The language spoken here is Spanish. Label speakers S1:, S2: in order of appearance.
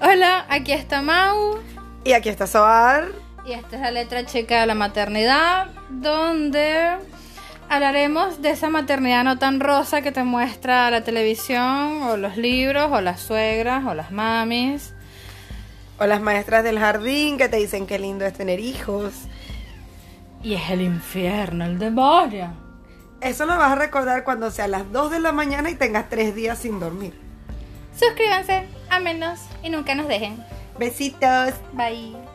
S1: Hola, aquí está Mau
S2: Y aquí está Sobar.
S1: y esta es la letra checa de la maternidad, donde hablaremos de esa maternidad no tan rosa que te muestra la televisión o los libros o las suegras o las mamis.
S2: O las maestras del jardín que te dicen qué lindo es tener hijos.
S1: Y es el infierno, el demonio.
S2: Eso lo vas a recordar cuando sea las 2 de la mañana y tengas 3 días sin dormir.
S1: Suscríbanse, menos y nunca nos dejen.
S2: Besitos.
S1: Bye.